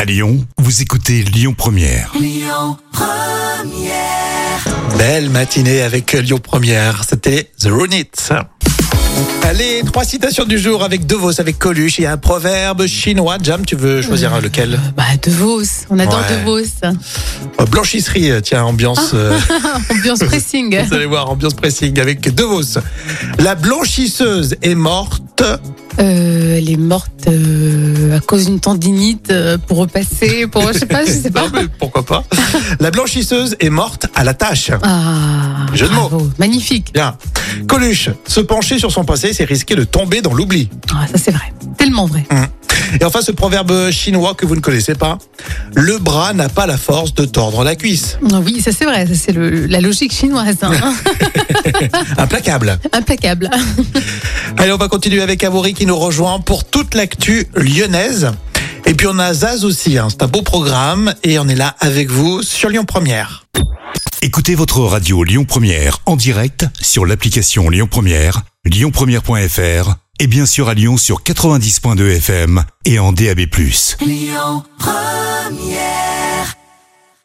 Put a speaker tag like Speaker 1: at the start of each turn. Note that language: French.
Speaker 1: À Lyon, vous écoutez Lyon Première.
Speaker 2: Belle matinée avec Lyon Première. C'était The Runit. Allez, trois citations du jour avec Devos, avec Coluche et un proverbe chinois. Jam, tu veux choisir lequel
Speaker 3: Bah, De Vos, on adore
Speaker 2: Ouais.
Speaker 3: De Vos.
Speaker 2: Euh, Blanchisserie, euh, tiens, ambiance. euh,
Speaker 3: Ambiance pressing.
Speaker 2: vous allez voir, ambiance pressing avec Devos. La blanchisseuse est morte.
Speaker 3: Euh, elle est morte euh, à cause d'une tendinite euh, pour repasser, pour je sais pas, je sais pas.
Speaker 2: Non, mais pourquoi pas La blanchisseuse est morte à la tâche.
Speaker 3: Ah,
Speaker 2: Jeu de mots.
Speaker 3: bravo, magnifique.
Speaker 2: Bien. Coluche, se pencher sur son passé, c'est risquer de tomber dans l'oubli.
Speaker 3: Ah, ça c'est vrai, tellement vrai.
Speaker 2: Et enfin, ce proverbe chinois que vous ne connaissez pas. Le bras n'a pas la force de tordre la cuisse.
Speaker 3: Ah Oui, ça c'est vrai, ça c'est le- la logique chinoise, hein.
Speaker 2: Implacable.
Speaker 3: implacable.
Speaker 2: Allez, on va continuer avec Avory qui nous rejoint pour toute l'actu lyonnaise. Et puis on a Zaz aussi, hein. c'est un beau programme et on est là avec vous sur Lyon Première.
Speaker 1: Écoutez votre radio Lyon Première en direct sur l'application Lyon Première, lyonpremière.fr et bien sûr à Lyon sur 90.2 FM et en DAB+.